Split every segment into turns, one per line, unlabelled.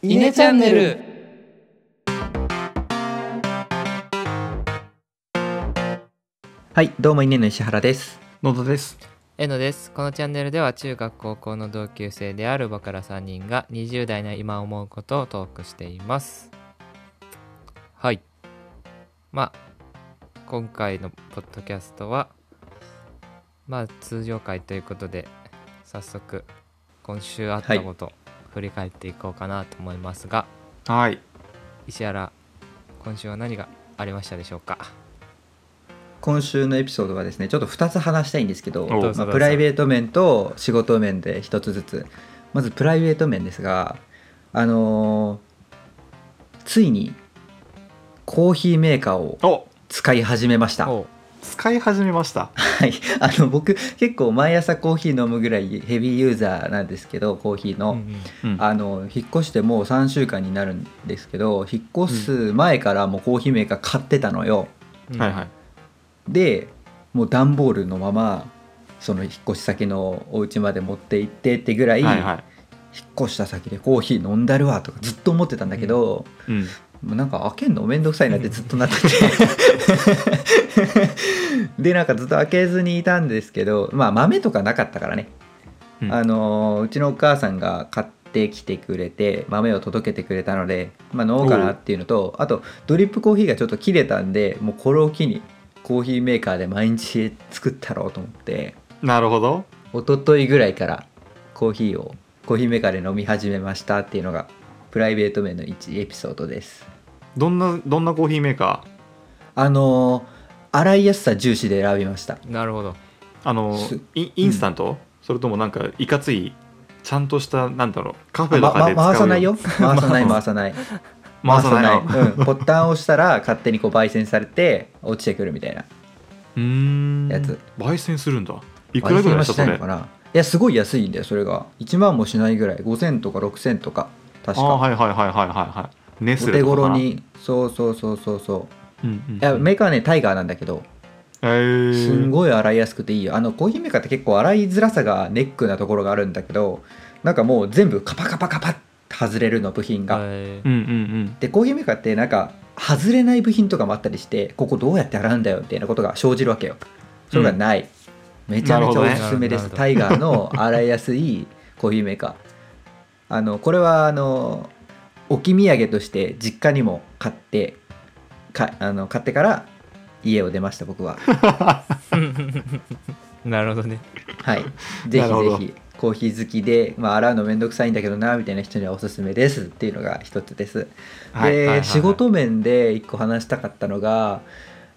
イネチャンネル
はい、どうも、イネの石原です。
のどです。
えのですこのチャンネルでは中学高校の同級生である僕ら3人が20代の今思うことをトークしていますはいまあ今回のポッドキャストはまあ通常回ということで早速今週あったこと、振り返っていこうかなと思いますが
はい。
石原今週は何がありましたでしょうか
今週のエピソードはですね、ちょっと2つ話したいんですけど、
おどう
ぞ
まあ、プライベート面と仕事面で1つずつ。まず、プライベート面ですが、あのーついに、コーヒーメーカーを
お、
使い始めました。
おう
使い始めました。
はい、 あの僕結構毎朝コーヒー飲むぐらいヘビーユーザーなんですけどコーヒーの,、
うんうん
うん
あの引っ越してもう3週間になるんですけど引っ越す前からもうコーヒーメーカー買ってたのよ
うん
はいはい。
でもう段ボールのままその引っ越し先のお家まで持って行ってってぐらい、
はいはい。
引っ越した先でコーヒー飲んだるわとかずっと思ってたんだけど、
うん。
もうなんか開けんの面倒くさいなってずっとなって てでなんかずっと開けずにいたんですけどまあ豆とかなかったからね、
うん
あのーうちのお母さんが買ってきてくれて豆を届けてくれたので、まあ、飲もうかなっていうのとあとドリップコーヒーがちょっと切れたんでもうこれを機にコーヒーメーカーで毎日作ったろうと思って
なるほど。
一昨日ぐらいからコーヒーをコーヒーメーカーで飲み始めましたっていうのがプライベート面の1エピソードです。
どんなどんなコーヒーメーカー？
あのー洗いやすさ重視で選びました
なるほど
あの
す
インインスタント？それともなんかいかついちゃんとしたなんだろうカフェと
ま
か
ま
で使う
回さないよ。 回さない回さない
回さな
回
い。
さないうん、ボタンを押したら勝手にこう焙煎されて落ちてくるみたいな
うーん。
やつ。
焙煎するんだ。い
い
くらぐらいした
しな
そ
い
れ
のか？ないやすごい安いんだよそれが1万もしないぐらい5000とか6000とか
あ
確
ー
か
はいはいはいはいはいはい。ネ
お
スレ
手
とかか
頃
な。
にそうそうそうそうそう
うんうん。
いやメ
へ
ーカーはねタイガーなんだけど
え。
すん
い。
ごい洗いやすくていいよあのコーヒーメーカーって結構洗いづらさがネックなところがあるんだけどなんかもう全部カパカパカパって外れるの部品が、
え
うんうん
でコーヒーメーカーってなんか外れない部品とかもあったりしてここどうやって洗うんだよみたいなことが生じるわけよそれがない、めちゃめちゃおすすめです、
なるほどね
タイガーの洗いやすいコーヒーメーカーあのこれはあの置き土産として実家にも買ってかあの買ってから家を出ました僕は
なるほどね
はいぜひ
なるほ
ぜ
ど
ひコーヒー好きで、まあ、洗うのめんどくさいんだけどなみたいな人にはおすすめですっていうのが一つです
うん。はい。
で、
はいはい
仕事面で一個話したかったのが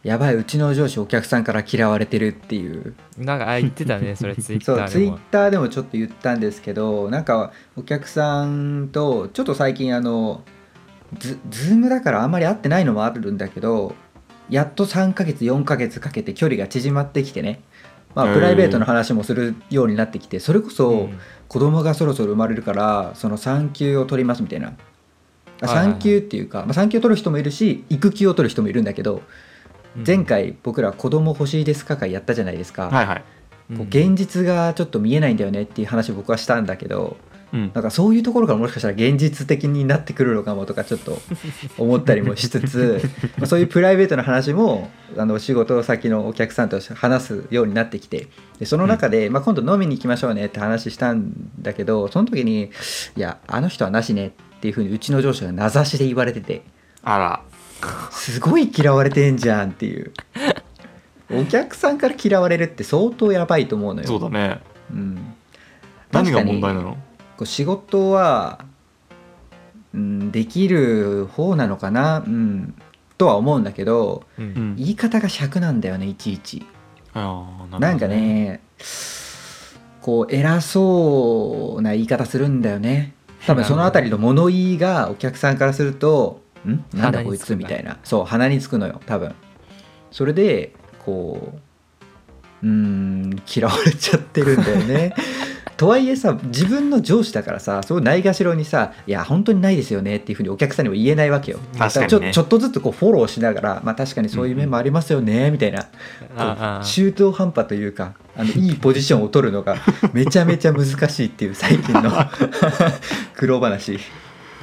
やばいうちの上司お客さんから嫌われてるっていう
なんかあ言ってた ねそれツイッ
そ
タ
う
ー
ツイ
でも
ッターでもちょっと言ったんですけどなんかお客さんとちょっと最近あのズズームだからあんまり会ってないのもあるんだけどやっと3ヶ月4ヶ月かけて距離が縮まってきてねまあ、プライベートの話もするようになってきてそれこそ
うん
子供がそろそろ生まれるからその産休を取りますみたいなあ
はいはいはい
産休っていうか、まあ、産休を取る人もいるし育休を取る人もいるんだけど、前回僕ら「子供欲しいですか?」会やったじゃないですか、
はいはい。
うん
こう現実がちょっと見えないんだよねっていう話を僕はしたんだけど
うん。
なんかそういうところからもしかしたら現実的になってくるのかもとかちょっと思ったりもしつつ まあそういうプライベートな話もあの仕事先のお客さんと話すようになってきてでその中で、まあ、今度飲みに行きましょうねって話したんだけどその時に「いやあの人はなしね」っていうふうにうちの上司が名指しで言われてて
あら。
すごい嫌われてんじゃんって いう。お客さんから嫌われるって相当やばいと思うのよ。
そうだね。
うん、
何が
確かに
問題なの？
こう仕事は、うん、できる方なのかな、うん、とは思うんだけど
う
うんん。
言い方が尺なんだよねいちいち。
ああ、
なんか。ねこう偉そうな言い方するんだよね多分そのあたりの物言いがお客さんからすると「んなんだこい
鼻につ
つ」
くん
み
だ
たいなそう鼻につくのよ多分それでこううーん嫌われちゃってるんだよねとはいえさ自分の上司だからさそうないがしろにさ「いや本当にないですよね」っていうふうにお客さんにも言えないわけよ
確かにね
だらちょちょっとずつこうフォローしながら「まあ確かにそういう面もありますよね」みたいな
ああ
中途半端というかあのいいポジションを取 るのがめちゃめちゃ難しいっていう最近の苦労話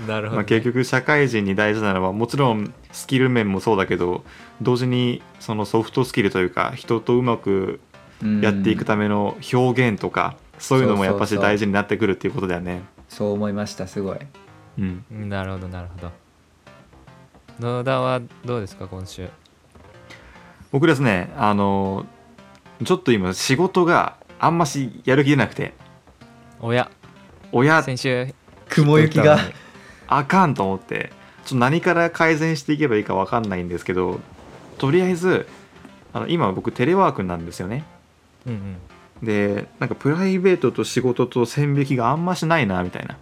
なるほど、
まあ、結局社会人に大事なのはもちろんスキル面もそうだけど同時にそのソフトスキルというか人とうまくやっていく
め
ための表現とか、そういうのもやっぱ
そう
し
そうそう
大事になってくるっていうことだよね。
そう思いましたすごい
うん、
なるほどなるほど野田はどうですか今週
僕ですねあのちょっと今仕事があんましやる気出なくて
おや
親
先週
雲行きが
打ったのに
あかんと思ってちょっと何から改善していけばいいか分かんないんですけどとりあえずあの今僕テレワークなんですよね。
うんうん
でなんかプライベートと仕事と線引きがあんましないなみたいな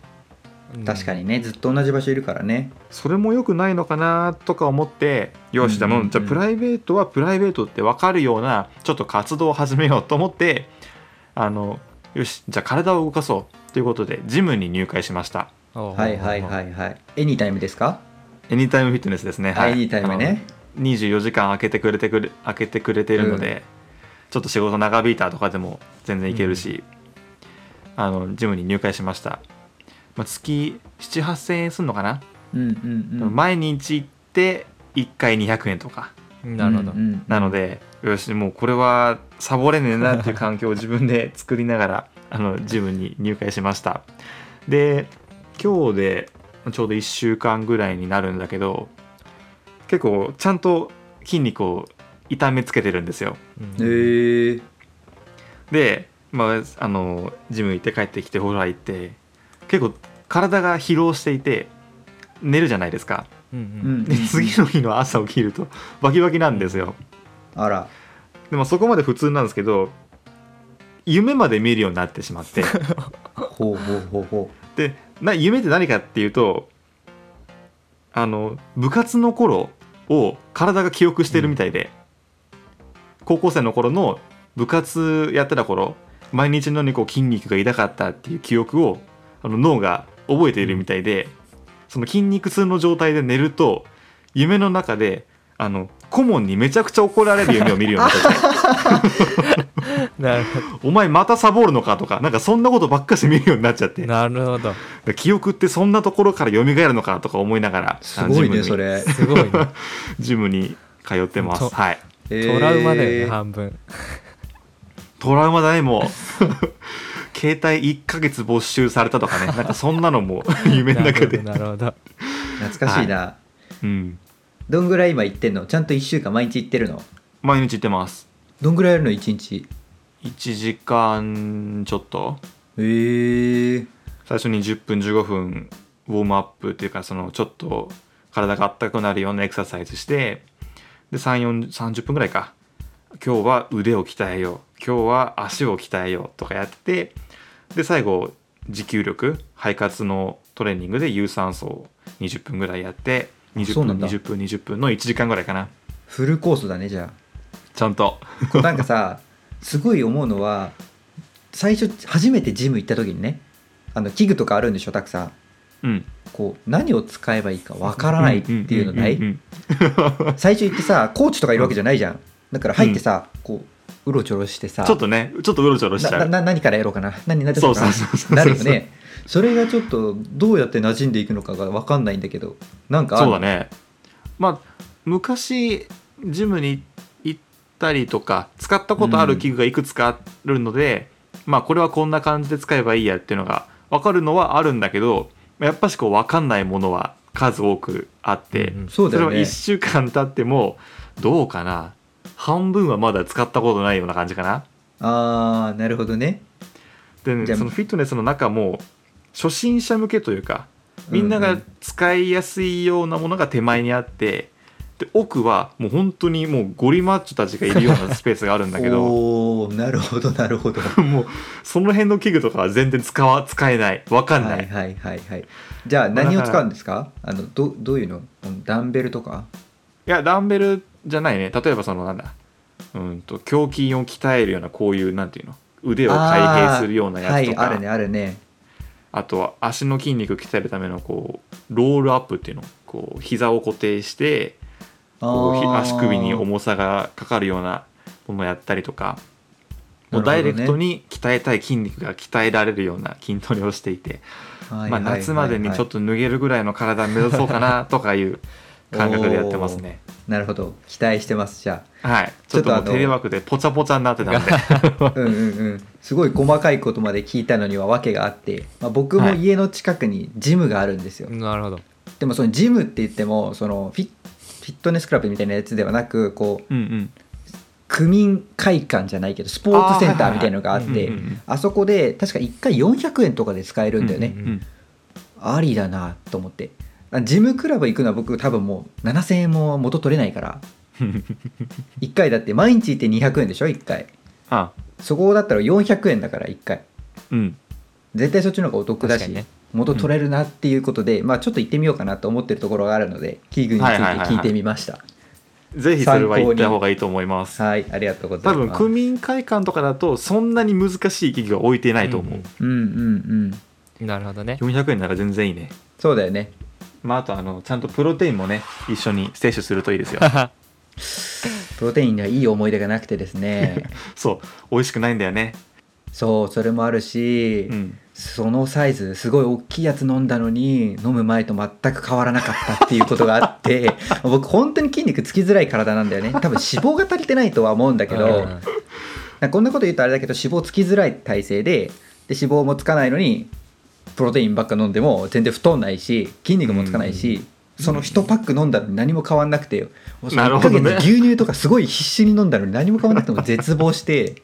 うん
確かにねずっと同じ場所いるからね
それも良くないのかなとか思ってよしじゃあも
うんうんう
うんじゃあプライベートはプライベートって分かるようなちょっと活動を始めようと思ってあのよしじゃあ体を動かそうということでジムに入会しました
おう
はいはいはいはいエニタイムですか
エニタイムフィットネスですね
エニタイムね
あの24時間空けてくれてくる空けてくれてるので、ちょっと仕事長引いたとかでも全然いけるし、あのジムに入会しました、まあ、月78000円するのかな、
うんうんうん
毎日行って1回200円とか
なるほど、
うんうん
なので、よしもうこれはサボれねえなっていう環境を自分で作りながらあのジムに入会しましたで今日でちょうど1週間ぐらいになるんだけど結構ちゃんと筋肉を痛めつけてるんですよ
うん
えー、
で、まあ、あのジム行って帰ってきてほら行って結構体が疲労していて寝るじゃないですか
うん
う
うん
ん
で 次の日の朝起きるとバキバキなんですよ
あら
でもそこまで普通なんですけど夢まで見るようになってしまって
ほうほうほうほ
でな夢って何かっていうとあの部活の頃を体が記憶してるみたいで、高校生の頃の部活やってた頃毎日のようにこう筋肉が痛かったっていう記憶をあの脳が覚えているみたいで、その筋肉痛の状態で寝ると夢の中であの顧問にめちゃくちゃ怒られる夢を見るようになっちゃって
なるほ
お前またサボるのかとか、なんかそんなことばっかし見るようになっちゃって
ど、なるほど
記憶ってそんなところから蘇るのかとか思いながら、
うすごいねそ
れ。
れ
すごいね
ジムに通ってま
と
す。はい。
トラウマだよね、
えー
半分
トラウマだね、もう。 携帯1ヶ月没収されたとかね、なんかそんなの も夢の中で。
なるほどなるほ
懐かしいな、
うん。
どんぐらい今行ってんのちゃんと1週間毎日行ってるの
毎日行ってます。
どんぐらいやるの1日
1時間ちょっと。
えー、
最初に10分15分ウォームアップっていうかそのちょっと体が温かくなるようなエクササイズしてで3 4 30分ぐらいか今日は腕を鍛えよう今日は足を鍛えようとかやってで最後持久力肺活のトレーニングで有酸素を20分ぐらいやって
そ
20
うな
分
んだ
20分20分の1時間ぐらいかな
フルコースだねじゃ
ちゃんと
あこうなんかさ すごい思うのは最初初めてジム行った時にねあの器具とかあるんでしょたくさん
うん
こう何を使えばいいかわからないっていうのな
うんう
い
ん
最初行ってさコーチとかいるわけじゃないじゃんだから入ってさ、こううろちょろしてさ
ちょっとねちょっとうろちょろしち
な
ゃ
な
う
な何からやろうかな何何
そう
か
そう
な
そうそう
なるよねそれがちょっとどうやって馴染んでいくのかが分かんないんだけどなんかある
そうだねまあ昔ジムに行ったりとか使ったことある器具がいくつかあるので、まあこれはこんな感じで使えばいいやっていうのが分かるのはあるんだけどやっぱしこう分かんないものは数多くあって、
うんうん
そうだ
それ
よ
は
ね
1週間経ってもどうかな半分はまだ使ったことないような感じかな。
ああなるほどね
でね
じゃあ
そのフィットネスの中も初心者向けというかみんな
う
が
ん
使いやすいようなものが手前にあってで奥はもう本当にもうゴリマッチョたちがいるようなスペースがあるんだけど
おおなるほどなるほどは
もうその辺の器具とかは全然使わ使えないわかんない、
いはいはいはいじゃあ何を使うんですかあのどどういうのダンベルとか
いやダンベルじゃないね例えばそのなんだうんと胸筋を鍛えるようなこういうなんていうの腕を開閉するようなやつとか
あーはいあ
あ,、
るねあるね
とは足の筋肉鍛えるためのこうロールアップっていうのこう膝を固定してこうひ
ー
足首に重さがかかるようなものやったりとかもうダイレクト
に、
に鍛えたい筋肉が鍛えられるような筋トレをしていて、
はい
まあ、夏までにちょっ
と、
と脱げるぐらいの体目指そうかなとかいう感覚でやってますね。
なるほど期待してますじゃ
はい、ちょっとも
ち
う
ょっとあの
テレワークでぽちゃぽちゃになってたんで
あうんうんうんすごい細かいことまで聞いたのには訳があって、まあ、僕も家の近くにジムがあるんですよ、
なるほど。
でもそのジムって言ってもそのフィフィットネスクラブみたいなやつではなくこう
うんうん
区民会館じゃないけどスポーツセンターみたいのがあっ
あーはい
て
はいはい
うんうんうん
あそこで確か1回400円とかで使えるんだよね、
うん
うん
ありだなと思ってあジムクラブ行くのは僕多分もう7000円も元取れないから1回だって毎日行って200円でしょ1回
あ
そこだったら400円だから1回
うん
絶対そっちの方がお得だ
確か
し、
にね
元取れるなっていうことで、まあちょっと行ってみようかなと思ってるところがあるので器具について聞いてみました
ぜひそれは行った方がいいと思います
はいありがとうござ
多
います
分区民会館とかだとそんなに難しい企業は置いてないと思う、
うんうんうん
うん。なるほどね。
400円なら全然いいね
そうだよね
まああとあのちゃんとプロテインもね一緒に摂取するといいですよ
プロテインにはいい思い出がなくてですね
そう美味しくないんだよね
そうそれもあるし、
うん
そのサイズすごい大きいやつ飲んだのに飲む前と全く変わらなかったっていうことがあって 僕本当に筋肉つきづらい体なんだよね多分脂肪が足りてないとは思うんだけど
うん
なんかこんなこと言うとあれだけど脂肪つきづらい体勢でで脂肪もつかないのにプロテインばっか飲んでも全然太んないし筋肉もつかないし、その1パック飲んだのに何も変わんなくて
なるほどね
1ヶ月牛乳とかすごい必死に飲んだのに何も変わんなくても絶望して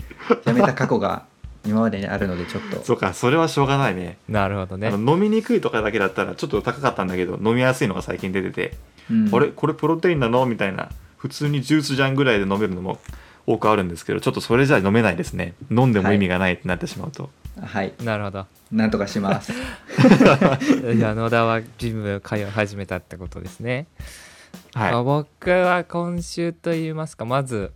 やめた過去が今までにあるのでちょっと
そうかそれはしょうがないね
なるほどね。
あの飲みにくいとかだけだったらちょっと高かったんだけど飲みやすいのが最近出てて、
うん
あれこれプロテインなのみたいな普通にジュースじゃんぐらいで飲めるのも多くあるんですけどちょっとそれじゃ飲めないですね飲んでも意味がないってなってしまうと、
はい
なるほど。
なんとかします
じゃあ野田はジム通い始めたってことですね。
はい
まあ僕は今週といいますかまず、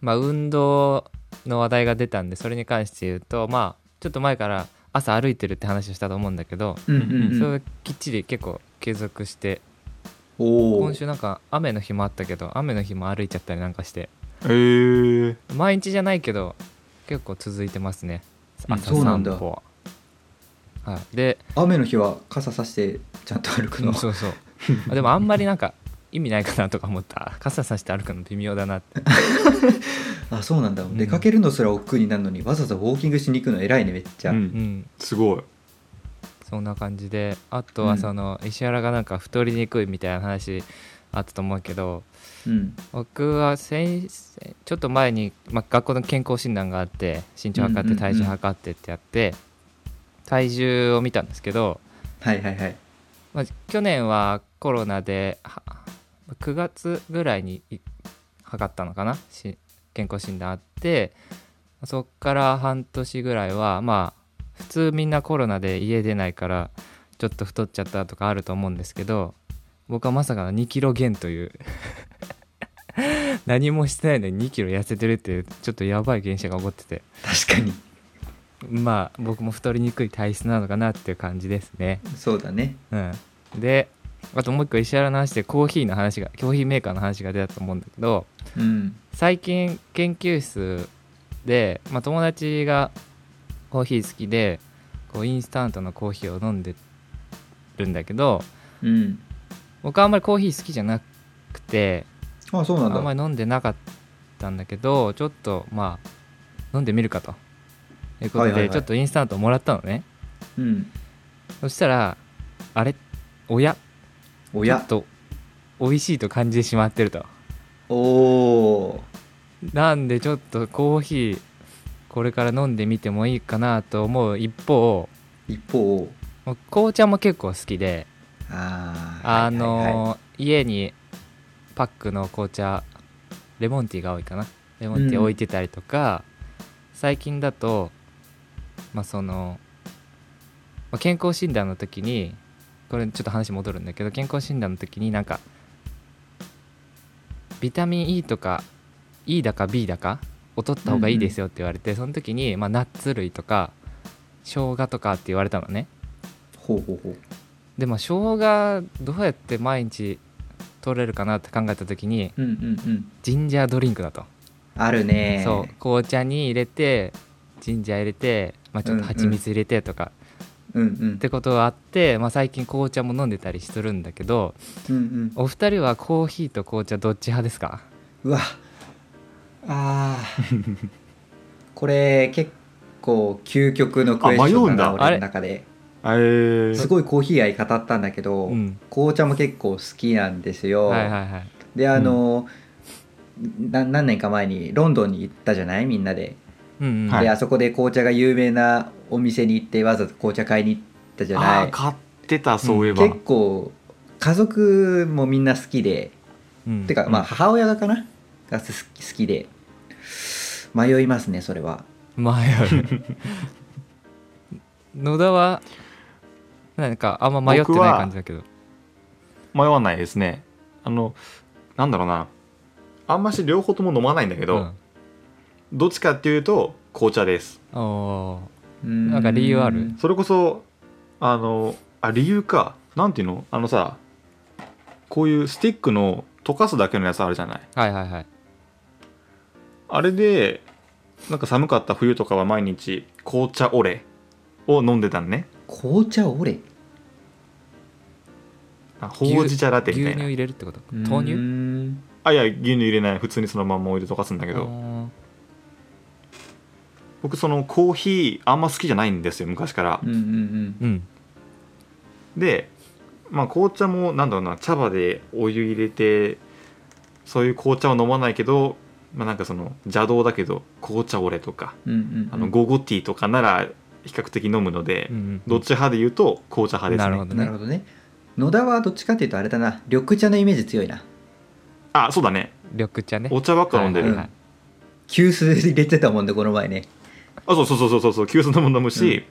まあ、運動の話題が出たんでそれに関して言うとまあちょっと前から朝歩いてるって話をしたと 思うんだけど、
うん
うん
それをきっちり結構継続して
おお
今週なんか雨の日もあったけど雨の日も歩いちゃったりなんかして
えー、
毎日じゃないけど結構続いてますね
うん
朝
そうな
散
んだ
歩は、はい、で
雨の日は傘さしてちゃんと歩く
う
の
んそうそうあでもあんまりなんか意味ないかなとか思った傘さして歩くの微妙だなって
あそうなんだ、
ん
出かけるのすら億劫になるのにわざわざウォーキングしに行くの偉いねめっちゃ、
う、
うんん
すごい
そんな感じであと
う
は
ん
その、石原がなんか太りにくいみたいな話あったと思うけど
うん
僕は先先ちょっと前に、まあ、学校の健康診断があって身長
うんう
測っ
んうん
て体重測ってってやって、体重を見たんですけど、
はいはいはい
まあ、去年はコロナでは9月ぐらいにい測ったのかなし健康診断あってそっから半年ぐらいはまあ普通みんなコロナで家出ないからちょっと太っちゃったとかあると思うんですけど僕はまさかの2キロ減という 何もしてないのに2キロ痩せてるっていうちょっとやばい現象が起こってて
確かに
まあ僕も太りにくい体質なのかなっていう感じですね。
そうだね
うん、であともう一個石原の話でコーヒーの話がコーヒーメーカーの話が出たと思うんだけど
うん
最近研究室で、まあ、友達がコーヒー好きでこうインスタントのコーヒーを飲んでるんだけど
うん
僕はあんまりコーヒー好きじゃなくて
あそうな
あ
んだ
んまり飲んでなかったんだけどちょっとまあ飲んでみるかということで、
はいはいはい
ちょっとインスタントをもらったのね
うん
そしたらあれおや
お
ちょっ
や
と美味しいと感じてしまってると
おお
なんでちょっとコーヒーこれから飲んでみてもいいかなと思う一方
ー一方
紅茶も結構好きで
あー
あ
はいはいはい
の家にパックの紅茶レモンティーが多いかなレモンティー置いてたりとか、最近だとまあその、まあ健康診断の時にこれちょっと話戻るんだけど健康診断の時になんかビタミン E とか E だか B だかを取った方がいいですよって言われて、その時に、まあ、ナッツ類とか生姜とかって言われたのね。
ほうほうほう
でも生姜どうやって毎日取れるかなって考えた時に
うんうんうん
ジンジャードリンクだと
あるね
そう紅茶に入れてジンジャー入れて、まあ、ちょっと蜂蜜入れてとか、
う、うんうん、
ってことがあって、まあ、最近紅茶も飲んでたりするんだけど
うんうん、
お二人はコーヒーと紅茶どっち派ですか
うわあーこれ結構究極のクエスチョンだ
あ
あ
な
迷うんだ
俺
れ
の中で
えー
すごいコーヒー愛語ったんだけど、
うん
紅茶も結構好きなんですよ、
はいはいはい
であの、な何年か前にロンドンに行ったじゃないみんなで、
うんうん
はい
であそこで紅茶が有名なお店に行ってわざと紅茶買いに行ったじゃ
あ
な
ー
い
買ってたそういえば、
結構家族もみんな好きで
うん
てか、まあ母親がかなが好き好きで迷いますねそれは
迷う野田はなんかあんま迷ってない感じだけど
迷わないですねあのなんだろうなあんまし両方とも飲まないんだけど、どっちかっていうと紅茶です
うん、おー
な
なんか理由ある
それこそあのあ理由かなんていうのあのさこういうスティックの溶かすだけのやつあるじゃない
はいはいはい
あれでなんか寒かった冬とかは毎日紅茶オレを飲んでたのね
紅茶オレ
あほうじ茶ラテみた
牛
い
乳
な
入れるってこと豆乳
乳
あいや牛乳入れない普通にそのまんまお湯で溶かすんだけ
あ
ど
ー
僕そのコーヒーあんま好きじゃないんですよ昔から
うんうん
うん
で、まあ、紅茶もなんだろうな茶葉でお湯入れてそういう紅茶は飲まないけど、まあ、なんかその邪道だけど紅茶オレとか
うんうんうん
あのゴゴティーとかなら比較的飲むので、
うんうん
どっち派で言うと紅茶派です
な
ね
るほど
な
ね
るほどね野田はどっちかっていうとあれだな緑茶のイメージ強いな
あそうだね
緑茶ね
お茶ばっか飲んでる、
はいはいはい
急須入れてたもんでこの前ね
あそうそうそうそうそう急須のも飲むし、
う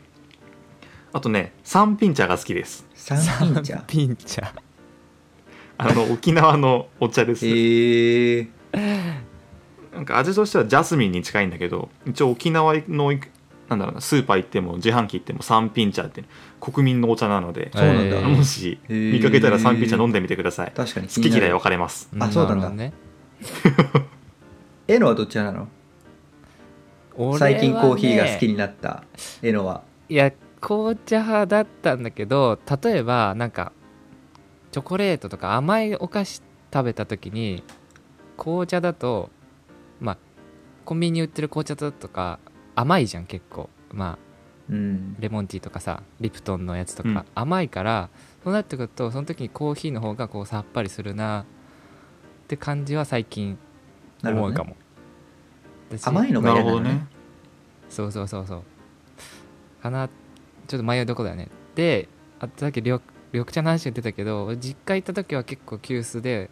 あとね三品茶が好きです
三品茶
ピン茶
あの沖縄のお茶です、
へえ
なんか味としてはジャスミンに近いんだけど一応沖縄のいなんだろうなスーパー行っても自販機行っても三品茶って国民のお茶なので、
そうなんだ
えー
もし
へー
見かけたら三品茶飲んでみてください
確かに
好き嫌い分
よ
かれます
あそうなんだ
るほどね
エノはどっちなの
俺はね
最近コーヒーが好きになったエノはい
や紅茶派だったんだけど例えばなんかチョコレートとか甘いお菓子食べた時に紅茶だとまあコンビニに売ってる紅茶だとか甘いじゃん結構まあ
うん
レモンティーとかさリプトンのやつとか、
うん
甘いからそうなってくるとその時にコーヒーの方がこうさっぱりするなって感じは最近
なるほ
思
ど
う
ね
かも、私
甘いのが
なる
嫌な
ほ
の
ど
ね
ね
そうそうそうそうかなちょっと迷うとこだよねであとさっき緑緑茶の話が出たけど俺実家行った時は結構急須で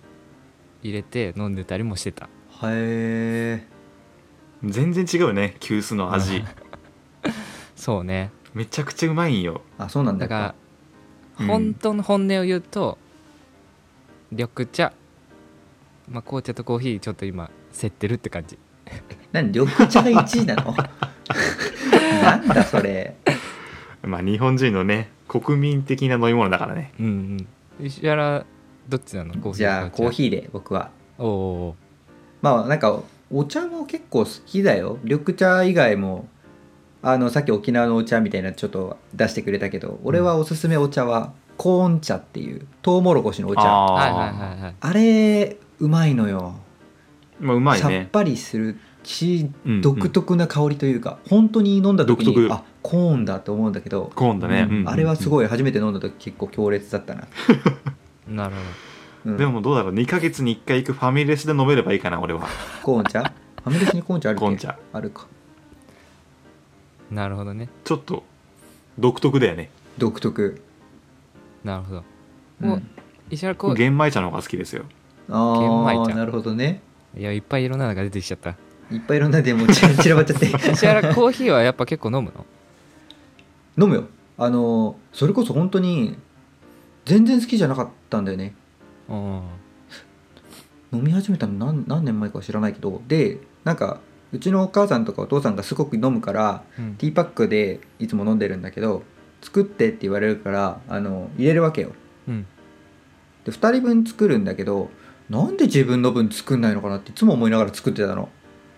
入れて飲んでたりもしてた
へえ
全然違うね急須の味
そうね
めちゃくちゃうまいんよ
あそうなんだ
だか
う
ら
ん
本当の本音を言うと、緑茶、まあ、紅茶とコーヒーちょっと今競ってるって感じ
何緑茶が1位な のなんだそれ
まあ日本人のね国民的な飲み物だからね
うんうん石原どっちなのコーヒー
じゃあコー
ー
ヒーで僕は
おお
まあなんかお茶も結構好きだよ緑茶以外もあのさっき沖縄のお茶みたいなのちょっと出してくれたけど俺はおすすめお茶はコーン茶っていうトウモロコシのお茶あ
あー
はいはいはいはい
れうまいのよ、
まあうまい
さっ
ね
ぱりするし
うんうん
独特な香りというか、本当に飲んだ時
独
に
特
あコーンだと思うんだけど、
コーンだね、
うん
うん
あれはす
い、
ごい初めて飲んだ時結構強烈だったな、
なるほ
うん
でもどうだろう2ヶ月に1回行くファミレスで飲めればいいかな俺は
コーン茶ファミレスにコーン茶あるっけ
コーン茶
あるか
どなるほどね
ちょっと独特だよね
独特、
なるほど
うん
もう石原コーヒー
玄米茶の方が好きですよ
玄
あ
米
あ
茶
なるほどね
いやいっぱいいろんなのが出てきちゃった
いっぱいいろんなでもう 散ら散らばっちゃって
石原コーヒーはやっぱ結構飲むの
飲むよあのそれこそ本当に全然好きじゃなかったんだよね
うん
飲み始めたの何何年前かは知らないけどでなんかうちのお母さんとかお父さんがすごく飲むから
うん
ティーパックでいつも飲んでるんだけど作ってって言われるからあの入れるわけよ
うん
で2人分作るんだけどなんで自分の分作んないのかなっていつも思いながら作ってたの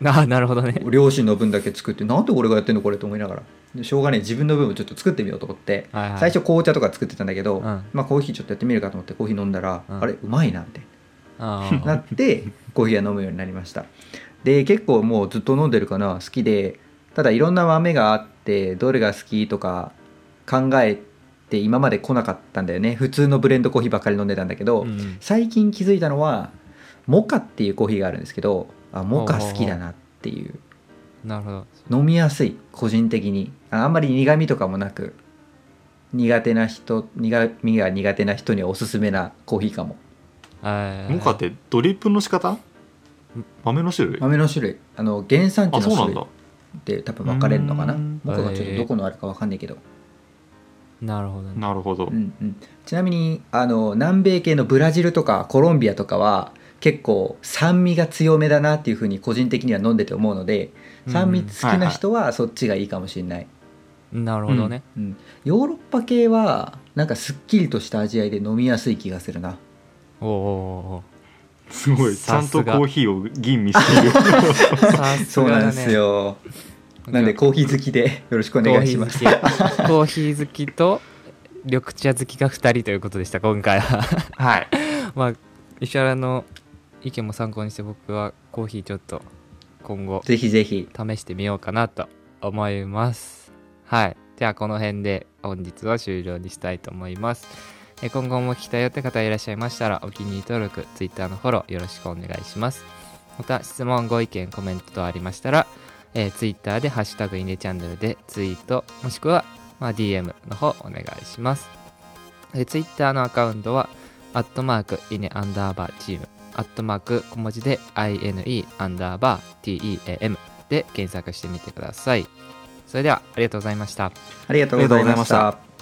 ああなるほどね
両親の分だけ作ってなんで俺がやってんのこれと思いながらでしょうがねえ自分の分もちょっと作ってみようと思って、
はいはい
最初紅茶とか作ってたんだけど、
ん
まあ、コーヒーちょっとやってみるかと思ってコーヒー飲んだら、
うん
あれうまいなみたい
あ
なな
あ
ってコーヒーは飲むようになりましたで結構もうずっと飲んでるかな好きでただいろんな豆があってどれが好きとか考えて今まで来なかったんだよね普通のブレンドコーヒーばっかり飲んでたんだけど、
うん
最近気づいたのはモカっていうコーヒーがあるんですけどあモカ好きだなっていう
なるほど
飲みやすい個人的にああんまり苦味とかもなく苦手な人苦味が苦手な人にはおすすめなコーヒーかも
はい
モカってドリップの仕方豆の種類
豆の種類あの原産地
あ
の
そうな
種類
んだ
って多分分かれるのかな
うん
モカがちょっとどこのあれか分かんないけど、
なるほどね
なるほど
うんうん、ちなみにあの南米系のブラジルとかコロンビアとかは結構酸味が強めだなっていうふうに個人的には飲んでて思うので酸味好きな人はそっちがいいかもしれない、
なるほどね
うん、ヨーロッパ系はなんかすっきりとした味わいで飲みやすい気がするな
おーお
すごいちゃ
さ
ん
すが
とコーヒーを吟味している
ーお ーさす
そう
が
なん
だ
で
ね
すよ、なんでコーヒー好きでよろしくお
コ
願
ー
い
ヒ
し
ー好
ます
き コーヒー好きと緑茶好きが2人ということでした今回は
はい
まあ石原の意見も参考にして僕はコーヒーちょっと今後
ぜひぜひ
試してみようかなと思います。はい。ではこの辺で本日は終了にしたいと思います。え今後も聞きたいよって方いらっしゃいましたらお気に入り登録、Twitter のフォローよろしくお願いします。また質問、ご意見、コメントとありましたら、えー、Twitter でハッシュタグイネチャンネルでツイート、もしくは、まあ、DM の方お願いします。えー、Twitter のアカウントは、アットマークイネアンダーバーチーム、アットマーク小文字で INE アンダーバー TEAM で検索してみてください。それではありがとうございました。
ありがとうござい
ありがとうござい
まし
ましたた